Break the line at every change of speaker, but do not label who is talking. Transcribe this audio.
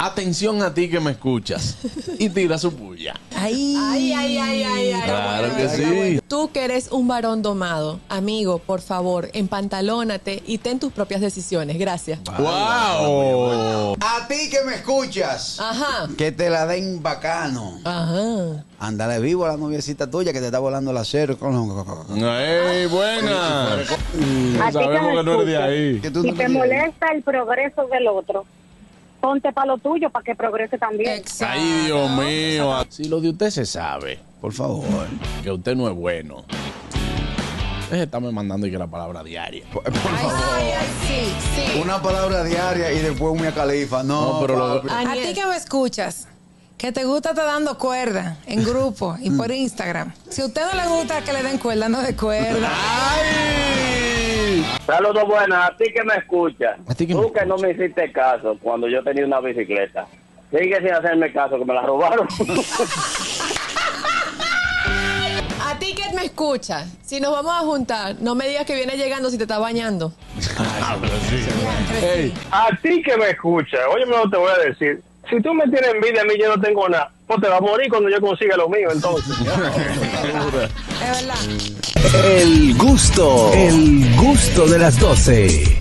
Atención a ti que me escuchas. Y tira su puya.
Ay.
Ay, ay, ay, ay, ay.
Claro que sí.
Tú que eres un varón domado, amigo, por favor, empantalónate y ten tus propias decisiones. Gracias.
¡Wow!
A ti que me escuchas,
Ajá.
que te la den bacano.
Ajá.
Ándale vivo a la noviecita tuya que te está volando la acero.
¡Ey, buena!
A ti que
Sabemos
me
que no eres de
escuchas.
ahí.
Que tú
Si
no
te
te-
molesta el progreso del otro, ponte para lo tuyo para que progrese también.
Exacto.
¡Ay, Dios mío! Si lo de usted se sabe,
Por favor.
que usted no es bueno. Deje de estarme mandando y que la palabra diaria.
Por, por
Ay,
favor.
ay, ay, sí, sí.
Una palabra diaria y después un mia califa. No,
No, pero lo-
papi.
A
Aniel.
ti que me escuchas, que te gusta estar dando cuerda en grupo y por Instagram. Si a usted no le gusta que le den cuerda, no de cuerda.
¡Ay!
Saludos buenas, a ti que me escuchas.
A ti que me
Tú que no me hiciste caso cuando yo tenía una bicicleta. Sigue sin hacerme caso, que me la robaron.
A ti que me escuchas, si nos vamos a juntar, no me digas que viene llegando si te está bañando.
¡Ey!
a ti que me escuchas, oye, no te voy a decir. Si tú me tienes envidia a mí, yo no tengo nada. Pues te vas a morir cuando yo consiga lo mío, entonces.
Es verdad.
El gusto, el gusto de las 12.